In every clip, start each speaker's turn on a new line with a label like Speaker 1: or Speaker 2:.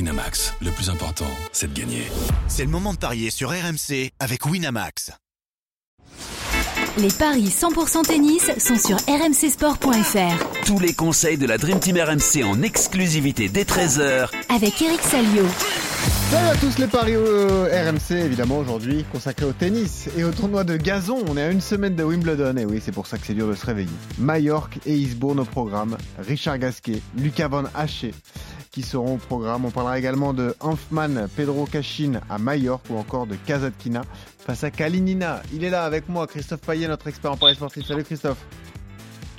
Speaker 1: Winamax, le plus important, c'est de gagner.
Speaker 2: C'est le moment de parier sur RMC avec Winamax.
Speaker 3: Les paris 100% tennis sont sur rmcsport.fr
Speaker 4: Tous les conseils de la Dream Team RMC en exclusivité dès 13h
Speaker 3: avec Eric Salio.
Speaker 5: Salut à tous les paris euh, au RMC évidemment aujourd'hui consacré au tennis et au tournoi de gazon. On est à une semaine de Wimbledon et oui c'est pour ça que c'est dur de se réveiller. Majorque et Isbourne au programme, Richard Gasquet, Lucas Van Haché qui seront au programme. On parlera également de Hanfman, Pedro Cachin à Majorque ou encore de Kazatkina face à Kalinina. Il est là avec moi, Christophe Payet, notre expert en paris sportif. Salut Christophe.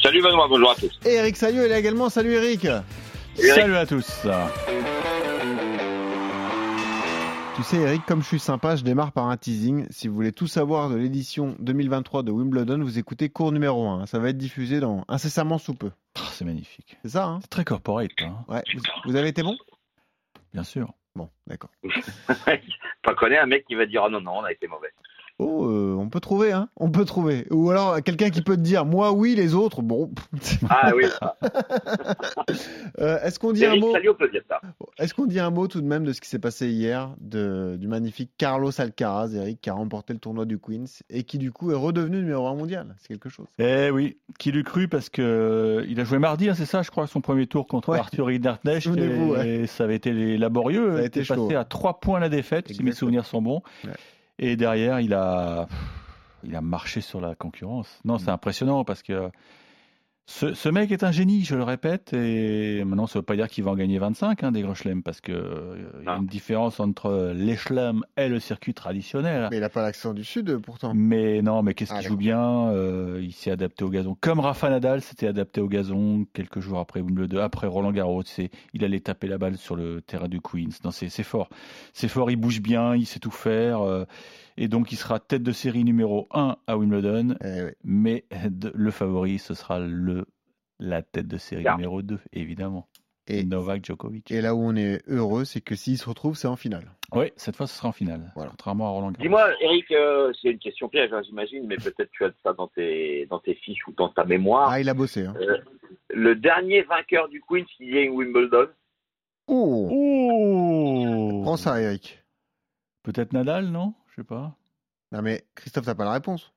Speaker 6: Salut Benoît, bonjour à tous.
Speaker 5: Et Eric Saillot est là également. Salut Eric.
Speaker 6: Eric.
Speaker 5: Salut à tous. Tu sais Eric, comme je suis sympa, je démarre par un teasing. Si vous voulez tout savoir de l'édition 2023 de Wimbledon, vous écoutez cours numéro 1. Ça va être diffusé dans incessamment sous peu.
Speaker 7: Ah, C'est magnifique.
Speaker 5: C'est ça, hein
Speaker 7: C'est très corporate, là, hein,
Speaker 5: Ouais. Vous, vous avez été bon
Speaker 7: bien sûr.
Speaker 5: Bon, d'accord.
Speaker 6: Pas connais un mec qui va dire Ah non, non, on a été mauvais.
Speaker 5: Oh, euh, on peut trouver, hein On peut trouver. Ou alors quelqu'un qui peut te dire, moi oui, les autres, bon.
Speaker 6: Ah oui,
Speaker 5: Euh, Est-ce qu'on dit un
Speaker 6: Eric
Speaker 5: mot
Speaker 6: Salio peut dire ça.
Speaker 5: Est-ce qu'on dit un mot tout de même de ce qui s'est passé hier de, du magnifique Carlos Alcaraz, Eric, qui a remporté le tournoi du Queens et qui du coup est redevenu numéro un mondial C'est quelque chose.
Speaker 7: Eh oui, qui l'eût cru parce que euh, il a joué mardi, hein, c'est ça, je crois, son premier tour contre
Speaker 5: Ouais.
Speaker 7: Arthur Hinderknecht. Et,
Speaker 5: Souvenez-vous, ouais.
Speaker 7: et ça avait été les- laborieux.
Speaker 5: Ça a
Speaker 7: il
Speaker 5: été
Speaker 7: était
Speaker 5: chaud,
Speaker 7: passé
Speaker 5: ouais.
Speaker 7: à 3 points la défaite, si mes
Speaker 5: Exactement.
Speaker 7: souvenirs sont bons.
Speaker 5: Ouais.
Speaker 7: Et derrière, il a, il a marché sur la concurrence. Non,
Speaker 5: Mm.
Speaker 7: c'est impressionnant parce que ce, ce mec est un génie, je le répète. Et maintenant, ça ne veut pas dire qu'il va en gagner 25 hein, des grands chelems parce qu'il y a
Speaker 5: Ah.
Speaker 6: Non.
Speaker 7: une différence entre les chelems et le circuit traditionnel.
Speaker 5: Mais il n'a pas l'accent du Sud euh, pourtant.
Speaker 7: Mais non, mais qu'est-ce
Speaker 5: Ah,
Speaker 7: qu'il joue bien euh, Il s'est adapté au gazon. Comme Rafa Nadal s'était adapté au gazon quelques jours après Wimbledon, après Roland Garros. C'est, il allait taper la balle sur le terrain du Queens. Non, c'est, c'est fort. C'est fort, il bouge bien, il sait tout faire. euh, et donc, il sera tête de série numéro 1 à Wimbledon.
Speaker 5: Eh ouais.
Speaker 7: Mais de- le favori, ce sera le, la tête de série
Speaker 6: Bien.
Speaker 7: numéro 2, évidemment.
Speaker 5: Et-
Speaker 7: Novak Djokovic.
Speaker 5: Et là où on est heureux, c'est que s'il se retrouve, c'est en finale.
Speaker 7: Oui, cette fois, ce sera en finale.
Speaker 5: Voilà.
Speaker 7: Contrairement à Roland Garros.
Speaker 6: Dis-moi, Eric, euh, c'est une question piège, hein, j'imagine, mais peut-être tu as ça dans tes, dans tes fiches ou dans ta mémoire.
Speaker 5: Ah, il a bossé. Hein.
Speaker 6: Euh, le dernier vainqueur du Queens qui gagne Wimbledon,
Speaker 5: Oh
Speaker 7: Oh
Speaker 5: Prends ça, Eric.
Speaker 7: Peut-être Nadal, non Je sais pas.
Speaker 5: Non mais Christophe, t'as pas la réponse.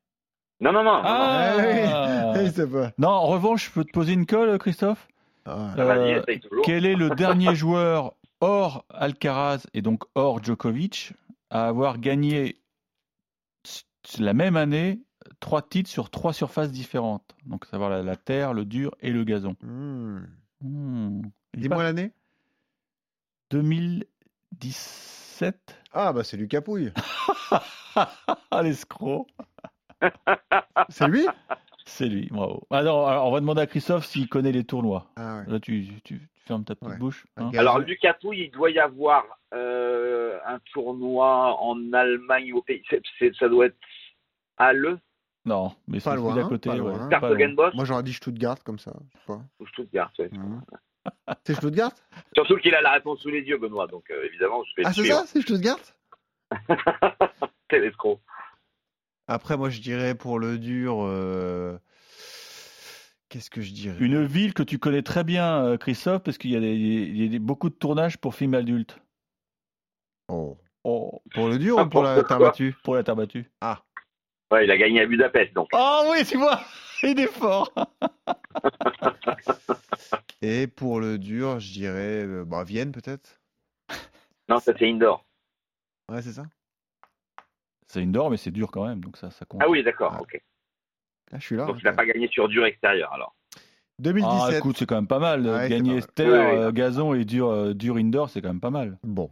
Speaker 6: non, non, non,
Speaker 5: Euh,
Speaker 7: Ah
Speaker 5: Il sait pas.
Speaker 7: Non, en revanche, je peux te poser une colle, Christophe
Speaker 5: Ah,
Speaker 6: non, non, vas-y,
Speaker 7: Euh,
Speaker 6: essaye toujours.
Speaker 7: Quel est le dernier joueur hors Alcaraz et donc hors Djokovic à avoir gagné s- la même année trois titres sur trois surfaces différentes Donc, savoir la, la terre, le dur et le gazon.
Speaker 5: hmm.
Speaker 7: Hmm. Il
Speaker 5: Dis-moi
Speaker 7: part-
Speaker 5: l'année.
Speaker 7: 2017
Speaker 5: Ah bah c'est lui Capouille.
Speaker 7: Ah, l'escroc Ah.
Speaker 5: C'est lui
Speaker 7: C'est lui, bravo. Ah non, alors, on va demander à Christophe s'il connaît les tournois.
Speaker 5: Ah ouais.
Speaker 7: Là, tu, tu- tu fermes ta petite
Speaker 5: Ouais.
Speaker 7: bouche. hein.
Speaker 5: Ok.
Speaker 6: Alors, Lucas Pouille, il doit y avoir euh, un tournoi en Allemagne, au pays. c'est- c'est- ça doit être à Le,
Speaker 7: Non, mais c'est
Speaker 5: Pas loin,
Speaker 7: celui d'à côté.
Speaker 5: pas
Speaker 7: ouais,
Speaker 5: loin.
Speaker 7: pas loin.
Speaker 6: Bosch
Speaker 5: Moi j'aurais dit Stuttgart comme ça. Je sais pas.
Speaker 6: ou Stuttgart. ouais.
Speaker 5: Mhm. C'est Stuttgart
Speaker 6: Surtout qu'il a la réponse sous les yeux, Benoît, donc euh, évidemment, je vais
Speaker 5: Ah
Speaker 6: te
Speaker 5: c'est
Speaker 6: suivre.
Speaker 5: ça C'est Stuttgart
Speaker 6: Quel escroc.
Speaker 5: Après moi je dirais pour le dur... euh, Qu'est-ce que je dirais
Speaker 7: Une ville que tu connais très bien, euh, Christophe, parce qu'il y a, des- il y a des- beaucoup de tournages pour films adultes.
Speaker 5: Oh.
Speaker 7: Oh,
Speaker 5: Pour le
Speaker 6: Ah,
Speaker 5: dur ou pour la terre battue
Speaker 7: pour la terre battue.
Speaker 6: Ouais, il a gagné à Budapest, donc.
Speaker 7: Ah oui, tu vois, il est fort.
Speaker 5: Et pour le dur je dirais... euh, Bah Vienne peut-être
Speaker 6: Non, ça c'est indoor.
Speaker 5: Ouais c'est ça
Speaker 7: C'est une d'or, mais c'est dur quand même, donc ça, ça compte.
Speaker 6: Ah oui, d'accord,
Speaker 5: Ah,
Speaker 6: ok.
Speaker 5: Là je suis là.
Speaker 6: Donc
Speaker 5: hein,
Speaker 6: il n'a pas gagné sur dur extérieur, alors.
Speaker 7: Ah,
Speaker 5: 2017.
Speaker 7: écoute, c'est quand même pas mal.
Speaker 5: Ouais, c'est pas
Speaker 7: Gagner
Speaker 5: mal.
Speaker 7: terre,
Speaker 6: Oui, oui.
Speaker 7: euh, gazon et dur, euh, dur indoor, c'est quand même pas mal.
Speaker 5: Bon.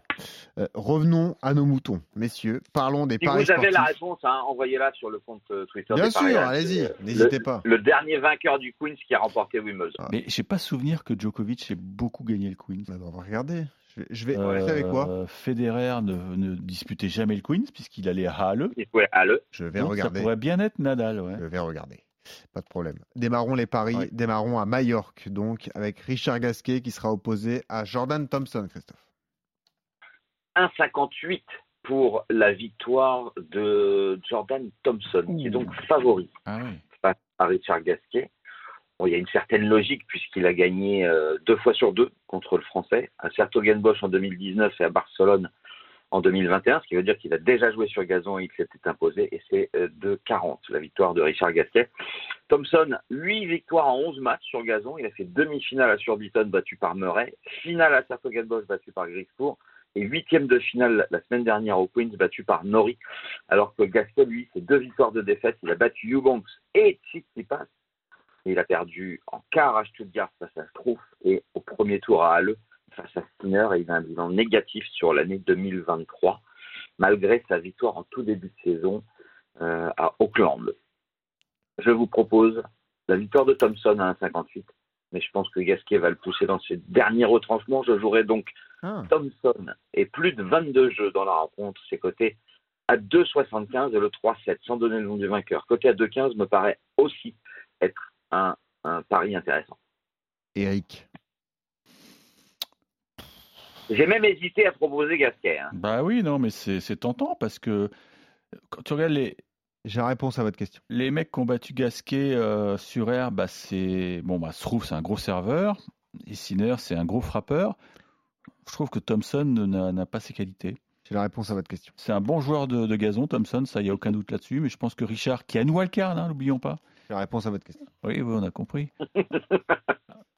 Speaker 5: Euh, revenons à nos moutons, messieurs. Parlons des
Speaker 6: Si
Speaker 5: paris
Speaker 6: vous avez
Speaker 5: sportifs.
Speaker 6: la réponse, hein, envoyez-la sur le compte euh, Twitter.
Speaker 5: Bien
Speaker 6: des Paris
Speaker 5: sûr,
Speaker 6: Rugby.
Speaker 5: allez-y,
Speaker 6: Euh,
Speaker 5: n'hésitez pas.
Speaker 6: Le, le dernier vainqueur du Queens qui a remporté Wimbledon.
Speaker 5: Ah.
Speaker 7: Mais j'ai pas souvenir que Djokovic ait beaucoup gagné le Queens.
Speaker 5: Bah, bah, on va regarder. Je vais, je vais
Speaker 7: Euh,
Speaker 5: vous savez quoi
Speaker 7: Federer ne, ne disputait jamais le Queens puisqu'il allait à Halle.
Speaker 6: Il pouvait à le.
Speaker 5: Je vais
Speaker 7: Donc, ça
Speaker 5: regarder. Euh.
Speaker 7: pourrait bien être Nadal, ouais.
Speaker 5: Je vais regarder. Pas de problème. Démarrons les paris.
Speaker 7: Ouais.
Speaker 5: Démarrons à Majorque, donc, avec Richard Gasquet qui sera opposé à Jordan Thompson, Christophe.
Speaker 6: 1,58 pour la victoire de Jordan Thompson, qui est
Speaker 7: Ouh.
Speaker 6: donc favori
Speaker 7: Ah oui.
Speaker 6: face à Richard Gasquet. Bon, il y a une certaine logique puisqu'il a gagné euh, deux fois sur deux contre le Français, à Sertogenbosch en 2019 et à Barcelone en 2021, ce qui veut dire qu'il a déjà joué sur gazon et il s'était imposé, et c'est euh, de 40, la victoire de Richard Gasquet. Thompson, 8 victoires en 11 matchs sur gazon, il a fait demi-finale à Surbiton battu par Murray, finale à Sertogenbosch battu par Griscourt, et huitième de finale la semaine dernière au Queens battu par Nori, alors que Gasquet, lui, c'est deux victoires de défaite, il a battu Eubanks et Tsitsipas, et il a perdu en quart à Stuttgart face à Strouf et au premier tour à Halle face à Skinner et il a un bilan négatif sur l'année 2023 malgré sa victoire en tout début de saison euh, à Auckland. Je vous propose la victoire de Thompson à 1,58 mais je pense que Gasquet va le pousser dans ses derniers retranchements. Je jouerai donc
Speaker 5: Ah.
Speaker 6: Thompson et plus de 22 jeux dans la rencontre, c'est coté à 2,75 et le 3,7 sans donner le nom du vainqueur. Côté à 2,15 me paraît aussi être un, un pari intéressant.
Speaker 5: Eric.
Speaker 6: J'ai même hésité à proposer Gasquet. hein.
Speaker 7: Bah oui, non, mais c'est c'est tentant parce que quand tu regardes les,
Speaker 5: J'ai la réponse à votre question.
Speaker 7: les mecs qui ont battu Gasquet euh, sur air, bah c'est. Bon, bah Strouf, c'est un gros serveur. Et Sinner, c'est un gros frappeur. Je trouve que Thompson n'a n'a pas ses qualités.
Speaker 5: J'ai la réponse à votre question.
Speaker 7: C'est un bon joueur de, de gazon, Thompson, ça, il n'y a aucun doute là-dessus. Mais je pense que Richard, qui a une wildcard, hein, n'oublions pas.
Speaker 5: J'ai la réponse à votre question.
Speaker 7: Oui, oui, on a compris.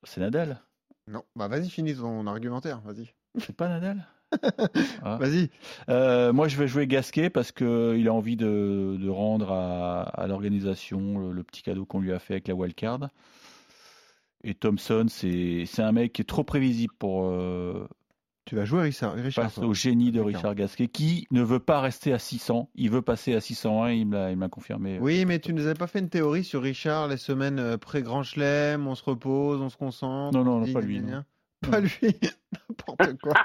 Speaker 7: c'est Nadal.
Speaker 5: Non, bah vas-y, finis ton argumentaire, vas-y.
Speaker 7: C'est pas Nadal Ah.
Speaker 5: Vas-y.
Speaker 7: Euh, moi, je vais jouer Gasquet parce qu'il a envie de, de rendre à, à l'organisation le, le petit cadeau qu'on lui a fait avec la wildcard. Et Thompson, c'est c'est un mec qui est trop prévisible pour euh,
Speaker 5: Tu vas jouer Richard. Richard
Speaker 7: face
Speaker 5: toi.
Speaker 7: au génie de
Speaker 5: D'accord.
Speaker 7: Richard Gasquet qui ne veut pas rester à 600. Il veut passer à 601, il me l'a- il me l'a confirmé.
Speaker 5: Oui, mais tu nous avais pas fait une théorie sur Richard les semaines euh, pré-grand chelem, on se repose, on se concentre.
Speaker 7: Non, non,
Speaker 5: on
Speaker 7: non,
Speaker 5: dit,
Speaker 7: pas
Speaker 5: gna,
Speaker 7: lui,
Speaker 5: gna,
Speaker 7: non.
Speaker 5: gna. Pas lui, n'importe quoi.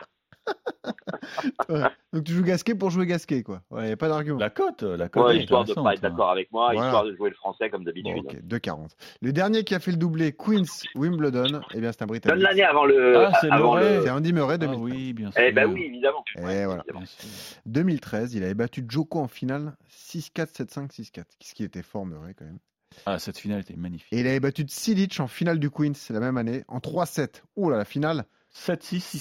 Speaker 5: Ouais. Donc tu joues Gasquet pour jouer Gasquet, quoi. Ouais, y a pas d'argument.
Speaker 7: La cote, la cote.
Speaker 6: Ouais,
Speaker 7: est
Speaker 6: histoire de ne pas être
Speaker 7: intéressante, hein.
Speaker 6: d'accord avec moi,
Speaker 5: Voilà.
Speaker 6: histoire de jouer le français comme d'habitude.
Speaker 5: Bon, ok, 2,40. Le dernier qui a fait le doublé, Queens Wimbledon, eh bien c'est un
Speaker 6: Donne
Speaker 5: Britannique.
Speaker 6: l'année avant le.
Speaker 7: Ah, c'est
Speaker 6: avant
Speaker 7: Murray.
Speaker 5: C'est Andy Murray,
Speaker 7: Ah
Speaker 5: 2000.
Speaker 7: oui, bien sûr.
Speaker 6: Eh ben oui, évidemment.
Speaker 5: Eh
Speaker 6: Ouais,
Speaker 5: voilà.
Speaker 6: évidemment.
Speaker 7: Bien sûr.
Speaker 5: 2013, il avait battu Joko en finale 6-4, 7-5, 6-4. Ce qui était fort, Murray, quand même.
Speaker 7: Ah, cette finale était magnifique.
Speaker 5: Et il avait battu Tsilic en finale du Queens la même année, en 3-7. Ouh là, la finale
Speaker 7: 7-6,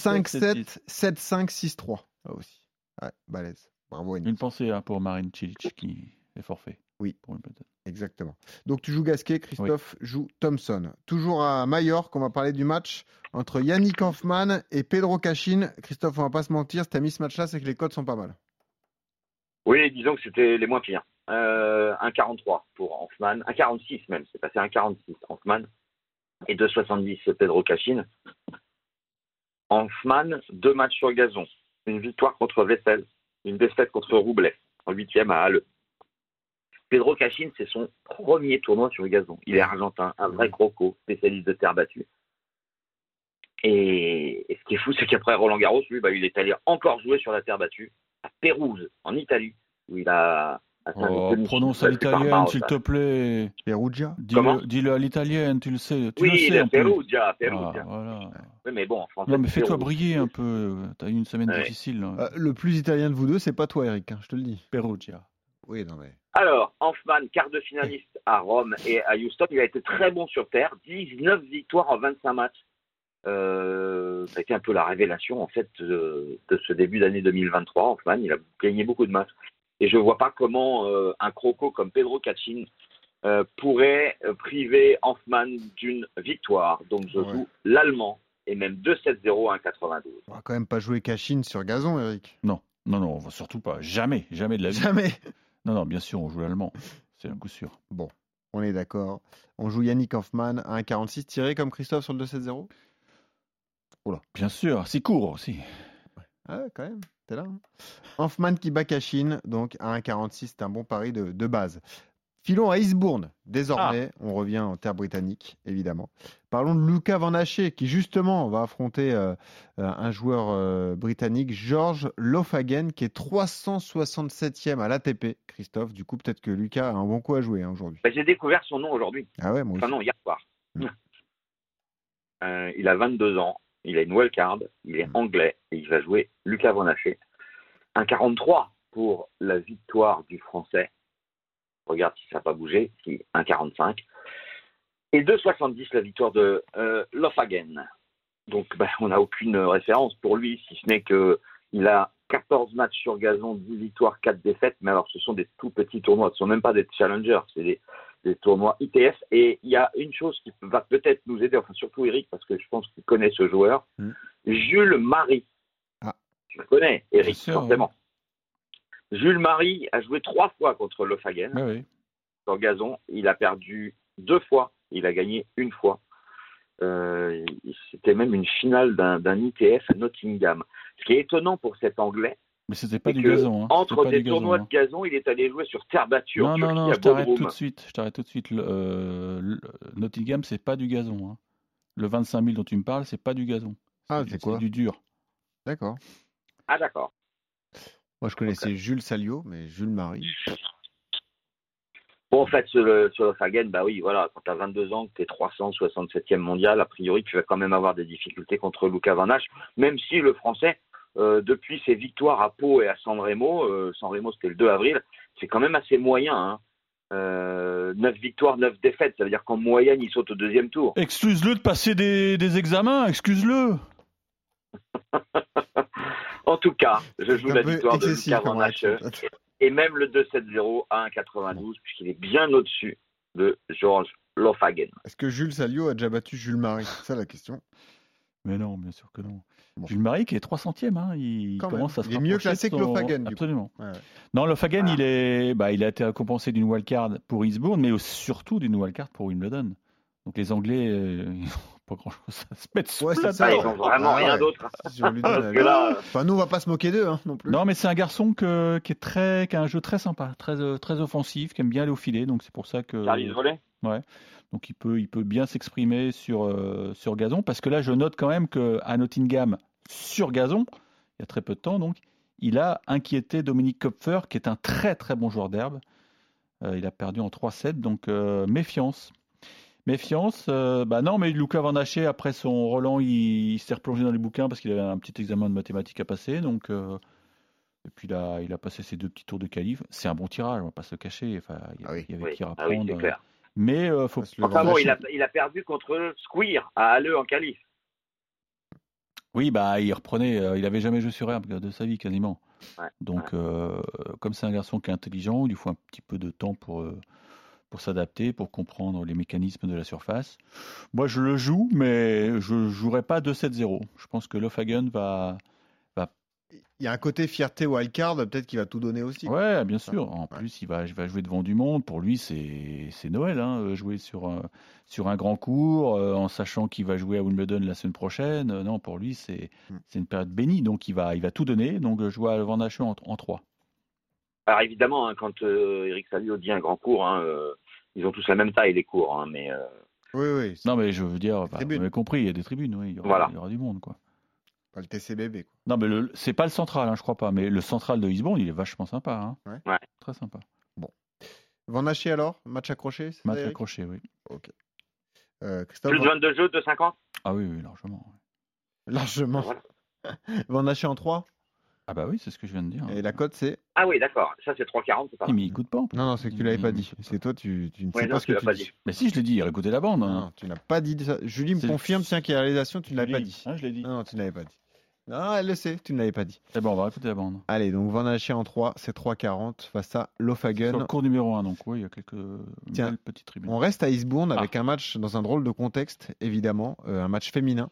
Speaker 7: 6-7.
Speaker 5: 5-7, 7-5, 6-3. Là Ah aussi. Ouais, balèze. Bravo, Annie.
Speaker 7: Une pensée hein, pour Marine Cilic qui est forfait.
Speaker 5: Oui.
Speaker 7: Pour Wimbledon.
Speaker 5: Exactement. Donc tu joues Gasquet, Christophe joue Thompson. Toujours à Majorque, on va parler du match entre Yannick Hoffman et Pedro Cachin. Christophe, on va pas se mentir, si t'as mis ce match-là, c'est que les codes sont pas mal.
Speaker 6: Oui, disons que c'était les moins pires. Euh, 1,43 pour Hoffman, 1,46 même, c'est passé 1,46 Hoffman et 2,70 Pedro Cachin. Hoffman, deux matchs sur gazon, une victoire contre Vessel, une défaite contre Roublet en huitième à Halle. Pedro Cachin, c'est son premier tournoi sur gazon. Il est argentin, un vrai croco, spécialiste de terre battue. Et, et ce qui est fou, c'est qu'après Roland Garros, lui, bah, il est allé encore jouer sur la terre battue à Pérouse, en Italie, où il a atteint les
Speaker 7: Oh,
Speaker 6: demi-finales
Speaker 7: prononce à
Speaker 6: battues par
Speaker 7: l'italienne,
Speaker 6: Marotta.
Speaker 7: s'il te plaît.
Speaker 5: Perugia
Speaker 6: Comment
Speaker 7: Dis-le dis-le à l'italienne, tu le sais. Tu
Speaker 6: Oui,
Speaker 7: le sais
Speaker 6: la
Speaker 7: en plus.
Speaker 6: Perugia,
Speaker 7: Ah,
Speaker 6: Perugia.
Speaker 7: voilà.
Speaker 6: Oui, mais bon, en français.
Speaker 7: Non, mais fais-toi
Speaker 6: Pérouse.
Speaker 7: briller hein. un peu. euh, T'as eu une semaine
Speaker 6: Ouais.
Speaker 7: difficile. hein. là.
Speaker 5: Euh, Le plus italien de vous deux, c'est pas toi, Eric, hein, je te le dis.
Speaker 7: Perugia.
Speaker 5: Oui, non mais.
Speaker 6: Alors, Hanfman, quart de finaliste à Rome et à Houston, il a été très bon sur terre, 19 victoires en 25 matchs. Euh, ça a été un peu la révélation en fait de, de ce début d'année 2023. Hanfman, il a gagné beaucoup de matchs. Et je ne vois pas comment euh, un croco comme Pedro Cachin euh, pourrait euh, priver Hanfman d'une victoire. Donc je
Speaker 5: Ouais.
Speaker 6: joue l'Allemand et même 2-7-0 à 1,92.
Speaker 5: On va quand même pas jouer Cachin sur gazon, Eric.
Speaker 7: Non, non, non, on va surtout pas. Jamais, jamais de la vie.
Speaker 5: Jamais
Speaker 7: Non, non, bien sûr, on joue l'allemand. C'est un coup sûr.
Speaker 5: On est d'accord. On joue Yannick Hoffman à 1,46 tiré comme Christophe sur le 2-7-0
Speaker 7: Bien sûr, c'est court aussi.
Speaker 5: Ah, ouais, quand même, t'es là. hein. Hoffman qui bat Cachin, donc à 1,46, c'est un bon pari de, de base. Filons à Eastbourne. Désormais,
Speaker 6: Ah.
Speaker 5: on revient en terre britannique, évidemment. Parlons de Lucas Van Haché, qui justement va affronter euh, euh, un joueur euh, britannique, George Lofagen, qui est 367e à l'ATP. Christophe, du coup, peut-être que Lucas a un bon coup à jouer hein, aujourd'hui.
Speaker 6: Ben, J'ai découvert son nom aujourd'hui.
Speaker 5: Ah ouais, moi
Speaker 6: Enfin
Speaker 5: aussi.
Speaker 6: non, hier soir.
Speaker 5: Mm.
Speaker 6: Euh, il a 22 ans, il a une wildcard, il est
Speaker 5: Mm.
Speaker 6: anglais et il va jouer Lucas Van Haché. Un 43 pour la victoire du Français. Regarde si ça n'a pas bougé, si 1,45. Et 2,70 la victoire de euh, Lofhagen. Donc ben, on n'a aucune référence pour lui, si ce n'est que il a 14 matchs sur gazon, 10 victoires, 4 défaites, mais alors ce sont des tout petits tournois, ce ne sont même pas des challengers, c'est des, des tournois ITF. Et il y a une chose qui va peut-être nous aider, enfin surtout Eric, parce que je pense qu'il connaît ce joueur,
Speaker 5: Mm.
Speaker 6: Jules Marie.
Speaker 5: Ah.
Speaker 6: Tu le connais, Eric,
Speaker 7: Bien sûr,
Speaker 6: forcément. Jules Marie a joué trois fois contre Lofhagen
Speaker 7: Ouais, ouais.
Speaker 6: sur gazon. Il a perdu deux fois, il a gagné une fois. Euh, C'était même une finale d'un d'un ITF à Nottingham. Ce qui est étonnant pour cet Anglais,
Speaker 7: Mais c'était pas
Speaker 6: c'est
Speaker 7: du
Speaker 6: que
Speaker 7: gazon. hein. C'était
Speaker 6: entre
Speaker 7: pas
Speaker 6: des
Speaker 7: du gazon,
Speaker 6: tournois
Speaker 7: hein.
Speaker 6: de gazon, il est allé jouer sur terre battue en
Speaker 7: Non, non,
Speaker 6: Turquie,
Speaker 7: non,
Speaker 6: à
Speaker 7: je t'arrête
Speaker 6: Bodrum.
Speaker 7: tout de suite. Je t'arrête tout de suite. Le, euh, le- Nottingham, c'est pas du gazon. hein. Le 25 000 dont tu me parles, c'est pas du gazon.
Speaker 5: Ah,
Speaker 7: du-
Speaker 5: c'est quoi
Speaker 7: du dur.
Speaker 5: D'accord.
Speaker 6: Ah d'accord.
Speaker 5: Moi, je connaissais Jules Salio, mais Jules Marie.
Speaker 6: Bon, en fait, sur le, sur le Fagen, bah oui, voilà, quand tu as 22 ans, que tu es 367e mondial, a priori, tu vas quand même avoir des difficultés contre Luca Van Hache, même si le Français, euh, depuis ses victoires à Pau et à San Remo, euh, San Remo c'était le 2 avril, c'est quand même assez moyen. Hein. Euh, 9 victoires, 9 défaites, ça veut dire qu'en moyenne, il saute au deuxième tour.
Speaker 7: Excuse-le de passer des, des examens, excuse-le.
Speaker 6: En tout cas, je joue
Speaker 5: C'est un
Speaker 6: la
Speaker 5: peu
Speaker 6: victoire de
Speaker 5: excessif
Speaker 6: Luca
Speaker 5: comme
Speaker 6: Van Hache,
Speaker 5: réaction.
Speaker 6: et même le 2-7-0 à 1,92, puisqu'il est bien au-dessus de Georges Lofhagen.
Speaker 5: Est-ce que Jules Salio a déjà battu Jules Marie C'est ça la question.
Speaker 7: Mais non, bien sûr que non.
Speaker 5: Bon.
Speaker 7: Jules Marie qui est 300e, hein, il
Speaker 5: Quand
Speaker 7: commence
Speaker 5: même.
Speaker 7: à se
Speaker 5: Il est mieux
Speaker 7: rapprocher
Speaker 5: classé
Speaker 7: de
Speaker 5: que
Speaker 7: son-
Speaker 5: Lofagen, du coup.
Speaker 7: Absolument.
Speaker 5: Ouais, ouais.
Speaker 7: Non, Lofagen,
Speaker 6: Ah.
Speaker 7: il, est... bah, il a été récompensé d'une wildcard pour Eastbourne, mais aussi- surtout d'une wildcard pour Wimbledon. Donc les Anglais, euh, ils n'ont pas grand-chose à se mettre sous
Speaker 5: Ouais, c'est
Speaker 7: la
Speaker 5: ça.
Speaker 6: Ah,
Speaker 7: dent.
Speaker 6: ils ont vraiment
Speaker 5: Ah,
Speaker 6: rien
Speaker 5: ouais.
Speaker 6: d'autre.
Speaker 5: Si on lui donne la-
Speaker 6: Parce que là,
Speaker 5: euh, Enfin, nous, on va pas se moquer d'eux hein, non plus.
Speaker 7: Non, mais c'est un garçon que- qui, est très, qui a un jeu très sympa, très, euh, très offensif, qui aime bien aller au filet, donc c'est pour ça que
Speaker 6: Charlie Volet
Speaker 7: donc il peut, il peut bien s'exprimer sur, euh, sur gazon, parce que là je note quand même qu'à Nottingham, sur gazon, il y a très peu de temps donc, il a inquiété Dominique Kopfer, qui est un très très bon joueur d'herbe. Euh, il a perdu en 3-7, donc euh, méfiance. Méfiance, euh, bah non, mais Luca Van Hache, après son Roland, il, il s'est replongé dans les bouquins parce qu'il avait un petit examen de mathématiques à passer. Donc, euh, et puis là, il a passé ses deux petits tours de qualif. C'est un bon tirage, on va pas se le cacher. Enfin, il y, a-
Speaker 5: Ah oui.
Speaker 7: il y avait
Speaker 6: Oui,
Speaker 7: qui
Speaker 6: ah oui,
Speaker 7: reprendre.
Speaker 6: c'est clair.
Speaker 7: mais euh, faut,
Speaker 5: Parce que le
Speaker 6: Enfin
Speaker 5: Van
Speaker 6: bon,
Speaker 5: Hache,
Speaker 6: il a, il a perdu contre Squeer à Halleux en qualif.
Speaker 7: Oui, bah, il reprenait. euh, il avait jamais joué sur herbe de sa vie quasiment.
Speaker 6: Ouais,
Speaker 7: Donc, euh, comme c'est un garçon qui est intelligent, il lui faut un petit peu de temps pour, euh, pour s'adapter, pour comprendre les mécanismes de la surface. Moi, je le joue, mais je jouerai pas 2-7-0. Je pense que Lofhagen va.
Speaker 5: il y a un côté fierté wildcard, peut-être qu'il va tout donner aussi.
Speaker 7: Ouais, bien sûr. En
Speaker 5: Ouais.
Speaker 7: plus, il va, il va jouer devant du monde. Pour lui, c'est c'est Noël. hein, euh, jouer sur un, sur un grand cours, euh, en sachant qu'il va jouer à Wimbledon la semaine prochaine. Euh, Non, pour lui, c'est
Speaker 5: Mm.
Speaker 7: c'est une période bénie. Donc, il va, il va tout donner. Donc, euh, je vois Van Hache en, en 3.
Speaker 6: Alors évidemment, hein, quand euh, Eric Salio dit un grand cours, hein, euh, ils ont tous la même taille les cours, hein, mais euh,
Speaker 5: Oui, oui, c'est
Speaker 7: Non, mais je veux dire, bah,
Speaker 5: tribunes.
Speaker 7: vous avez compris, il y a des tribunes. Oui, il, y aura,
Speaker 6: Voilà.
Speaker 7: il y aura du monde. quoi.
Speaker 5: pas le TCBB. Quoi.
Speaker 7: Non, mais le- c'est pas le central, hein, je crois pas. Mais le central de Lisbonne, il est vachement sympa. hein.
Speaker 5: Ouais.
Speaker 6: Ouais.
Speaker 7: Très sympa.
Speaker 5: Van Haché alors Match accroché c'est ça,
Speaker 7: Match
Speaker 5: Eric
Speaker 7: accroché, oui.
Speaker 5: Euh, Christophe,
Speaker 6: plus de
Speaker 5: Van-
Speaker 6: 22 jeux, 2,50.
Speaker 7: Ah oui, oui, largement.
Speaker 5: largement.
Speaker 6: Voilà.
Speaker 5: Van Haché en 3.
Speaker 7: Ah bah oui, c'est ce que je viens de dire.
Speaker 5: Et la cote, c'est
Speaker 6: Ah oui, d'accord. Ça c'est 3,40, c'est pas mal.
Speaker 7: Il mis coup de pompe.
Speaker 5: Non, non, c'est que tu l'avais pas dit. Mm. C'est toi, tu, tu ne sais
Speaker 6: Ouais,
Speaker 5: pas
Speaker 6: non,
Speaker 5: ce
Speaker 6: tu
Speaker 5: que
Speaker 6: l'as
Speaker 5: tu
Speaker 6: pas
Speaker 5: dis.
Speaker 6: dit.
Speaker 7: Mais si, je l'ai dit, il a écouté la bande. hein.
Speaker 5: Non, tu n'as pas dit ça. Julie me
Speaker 7: C'est-
Speaker 5: confirme, tiens, qu'il y a la réalisation, tu ne l'as
Speaker 7: Julie,
Speaker 5: pas dit.
Speaker 7: hein, je l'ai dit.
Speaker 5: Non, non, tu ne l'avais pas dit. Non, elle le sait, tu ne l'avais pas dit.
Speaker 7: C'est bon, Eh ben, on va écouter la bande.
Speaker 5: Allez, donc Van Haché en 3, c'est 3,40 face à
Speaker 7: Sur le
Speaker 5: Lofagen.
Speaker 7: cours numéro 1, donc oui, il y a quelques une
Speaker 5: Tiens,
Speaker 7: belle petite tribune.
Speaker 5: On reste à Isbourne
Speaker 7: Ah.
Speaker 5: avec un match dans un drôle de contexte, évidemment, euh, un match féminin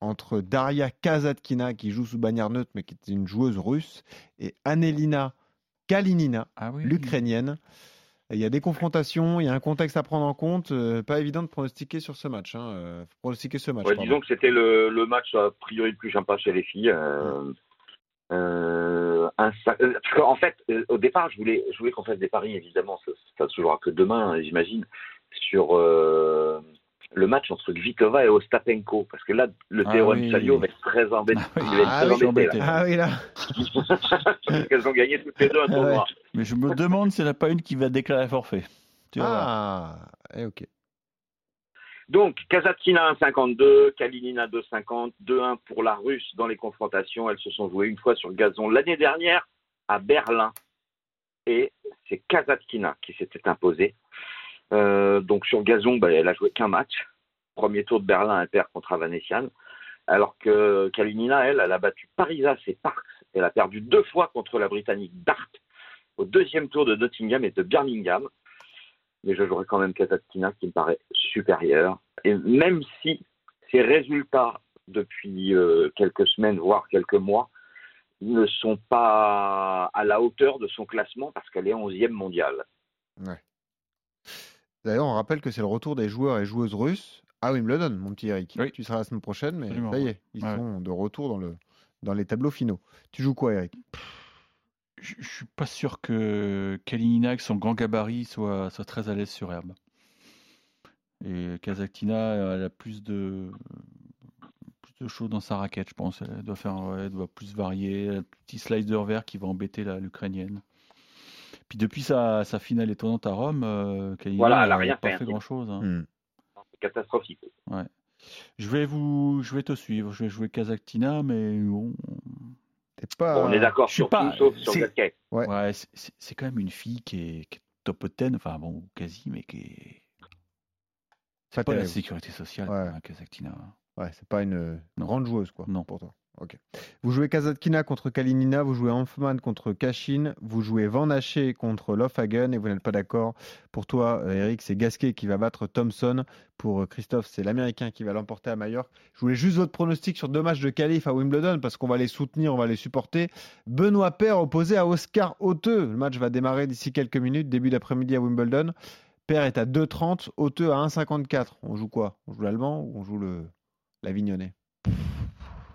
Speaker 5: entre Daria Kazatkina, qui joue sous bannière neutre, mais qui est une joueuse russe, et Annelina Kalinina,
Speaker 7: Ah oui.
Speaker 5: l'Ukrainienne. Et Il y a des confrontations, il y a un contexte à prendre en compte. euh, pas évident de pronostiquer sur ce match. hein, euh, pronostiquer ce match.
Speaker 6: Ouais,
Speaker 5: pardon.
Speaker 6: disons que c'était le, le match a priori le plus sympa chez les filles. euh, euh, un sa- euh, parce qu'en fait, euh, au départ, je voulais, je voulais qu'on fasse des paris, évidemment, ça, ça se jouera que demain, hein, j'imagine, sur euh, le match entre Kvitova et Ostapenko. Parce que là, le
Speaker 7: Ah
Speaker 6: théorème
Speaker 7: oui.
Speaker 6: Salio va être très embêté.
Speaker 7: Ah oui,
Speaker 6: il va être
Speaker 5: ah
Speaker 6: très
Speaker 5: oui,
Speaker 6: embêté,
Speaker 7: embêté.
Speaker 5: Ah oui, là.
Speaker 6: là. parce qu'elles ont gagné toutes les deux un
Speaker 5: Ah
Speaker 6: tournoi.
Speaker 7: Mais je me demande s'il n'y en a pas une qui va déclarer forfait. Tu vas voir.
Speaker 5: Ah, eh, ok.
Speaker 6: Donc, Kazatkina 1,52, Kalinina 2,50, 2-1 pour la Russe dans les confrontations. Elles se sont jouées une fois sur le gazon l'année dernière à Berlin. Et c'est Kazatkina qui s'était imposée. Euh, donc sur gazon, bah, elle a joué qu'un match. Premier tour de Berlin, elle perd contre Avanesian. Alors que Kalinina, elle, elle a battu Parisas et Parks. Elle a perdu deux fois contre la Britannique Dart au deuxième tour de Nottingham et de Birmingham. Mais je jouerai quand même Kazatkina qui me paraît supérieure. Et même si ses résultats depuis euh, quelques semaines, voire quelques mois, ne sont pas à la hauteur de son classement parce qu'elle est 11e mondiale.
Speaker 5: Ouais. D'ailleurs, on rappelle que c'est le retour des joueurs et joueuses russes à Wimbledon, mon petit Eric.
Speaker 7: Oui.
Speaker 5: Tu seras la semaine prochaine, mais
Speaker 7: Absolument,
Speaker 5: ça y
Speaker 7: ouais.
Speaker 5: est, ils
Speaker 7: Ouais.
Speaker 5: sont de retour dans, le, dans les tableaux finaux. Tu joues quoi, Eric
Speaker 7: Je je suis pas sûr que Kalinina, avec son grand gabarit, soit, soit très à l'aise sur herbe. Et Kazaktina, elle a plus de, plus de choses dans sa raquette, je pense. Elle doit, faire, ouais, elle doit plus varier. Elle a Un petit slider vert qui va embêter la- l'Ukrainienne. Puis depuis sa, sa finale étonnante à Rome, euh, Kalinina
Speaker 6: Voilà, elle a rien
Speaker 7: pas
Speaker 6: fait,
Speaker 7: fait
Speaker 6: hein.
Speaker 7: grand-chose. hein.
Speaker 5: Hmm.
Speaker 6: C'est catastrophique.
Speaker 7: Je vais vous, je vais te suivre. Je vais jouer Kazaktina, mais bon,
Speaker 5: T'es Euh, pas...
Speaker 6: on est d'accord
Speaker 7: je suis
Speaker 6: sur
Speaker 7: pas-
Speaker 6: tout sauf sur
Speaker 7: c'est-
Speaker 6: Gasquet.
Speaker 5: Ouais.
Speaker 7: ouais, c'est- c'est c'est quand même une fille qui est, qui est top 10, enfin bon, quasi, mais qui est
Speaker 5: pas
Speaker 7: Pas la
Speaker 5: terrible.
Speaker 7: sécurité sociale,
Speaker 5: Ouais.
Speaker 7: hein, Kazakhtina.
Speaker 5: Ouais, c'est pas une euh,
Speaker 7: Non.
Speaker 5: grande joueuse, quoi.
Speaker 7: Non.
Speaker 5: Pour toi. Ok. Vous jouez Kazatkina contre Kalinina, vous jouez Hanfman contre Kashin, vous jouez Van Haché contre Lofhagen et vous n'êtes pas d'accord. Pour toi, euh, Eric, c'est Gasquet qui va battre Thompson. Pour euh, Christophe, c'est l'Américain qui va l'emporter à Majorque. Je voulais juste votre pronostic sur deux matchs de qualif à Wimbledon parce qu'on va les soutenir, on va les supporter. Benoît Paire opposé à Oscar Hauteux. Le match va démarrer d'ici quelques minutes, début d'après-midi à Wimbledon. Paire est à 2,30, Hauteux à 1,54. On joue quoi On joue l'Allemand ou on joue le l'Avignonnais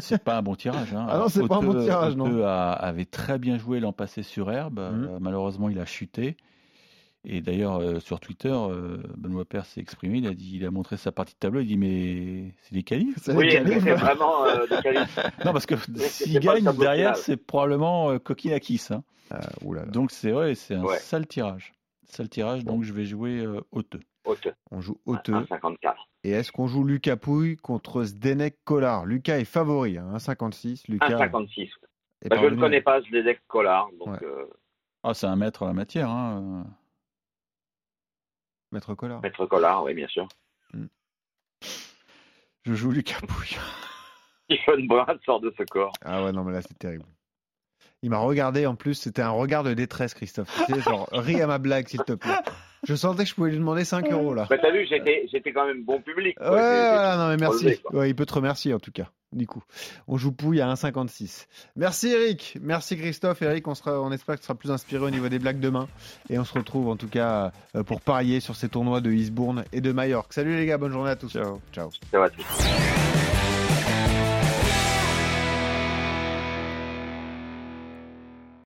Speaker 7: C'est pas un bon tirage. Hein.
Speaker 5: Ah non, c'est pas un bon
Speaker 7: Oteux-
Speaker 5: tirage, non. Mm.
Speaker 7: Oteux a- avait très bien joué l'an passé sur herbe. Euh, malheureusement, il a chuté. Et d'ailleurs, euh, sur Twitter, euh, Benoît Père s'est exprimé. Il a dit, il a montré sa partie de tableau. Il dit, mais c'est des qualifs.
Speaker 5: C'est
Speaker 6: Oui,
Speaker 5: les
Speaker 6: elle
Speaker 5: qualifs.
Speaker 6: était vraiment euh, de qualif.
Speaker 7: Non, parce que s'il
Speaker 6: c'est pas le
Speaker 7: gagne
Speaker 6: tableau
Speaker 7: derrière,
Speaker 6: final.
Speaker 7: c'est probablement euh, Kokinakis. hein.
Speaker 5: Ah, oulala.
Speaker 7: Donc c'est ouais, c'est un
Speaker 6: Ouais.
Speaker 7: sale tirage. Sale tirage. Donc je vais jouer euh, Oteux.
Speaker 6: Haute,
Speaker 5: On joue
Speaker 6: ah,
Speaker 5: Hauteux.
Speaker 6: 1,54.
Speaker 5: Et est-ce qu'on joue Lucas Pouille contre Zdenek Kolar Lucas est favori, hein, 1,56. Lucas
Speaker 6: 1,56.
Speaker 5: est
Speaker 6: Ah, Bah, je ne
Speaker 5: parvenu-
Speaker 6: connais pas Zdenek Collard. Donc,
Speaker 5: Ouais.
Speaker 6: euh,
Speaker 7: Ah, c'est un maître à la matière. Hein.
Speaker 5: Maître Kolar.
Speaker 6: Maître Collard, oui, bien sûr.
Speaker 7: Je joue Lucas Pouille.
Speaker 6: Stephen Brun sort de ce corps.
Speaker 5: Ah ouais, non, mais là, c'est terrible. Il m'a regardé en plus, c'était un regard de détresse, Christophe. Tu sais, genre, ris à ma blague, s'il te plaît. Je sentais que je pouvais lui demander 5 euros, là.
Speaker 6: Bah, T'as vu, j'étais j'étais quand même bon public.
Speaker 5: Ouais,
Speaker 6: quoi. J'ai- j'ai-
Speaker 5: voilà, non, mais merci.
Speaker 6: relevé, quoi.
Speaker 5: Ouais, il peut te remercier, en tout cas. Du coup, on joue Pouille à 1,56. Merci, Eric. Merci, Christophe. Eric, on, sera, on espère que tu seras plus inspiré au niveau des blagues demain. Et on se retrouve, en tout cas, euh, pour parier sur ces tournois de Eastbourne et de Majorque. Salut, les gars. Bonne journée à tous. Ciao. Ciao.
Speaker 6: Ça va, tout.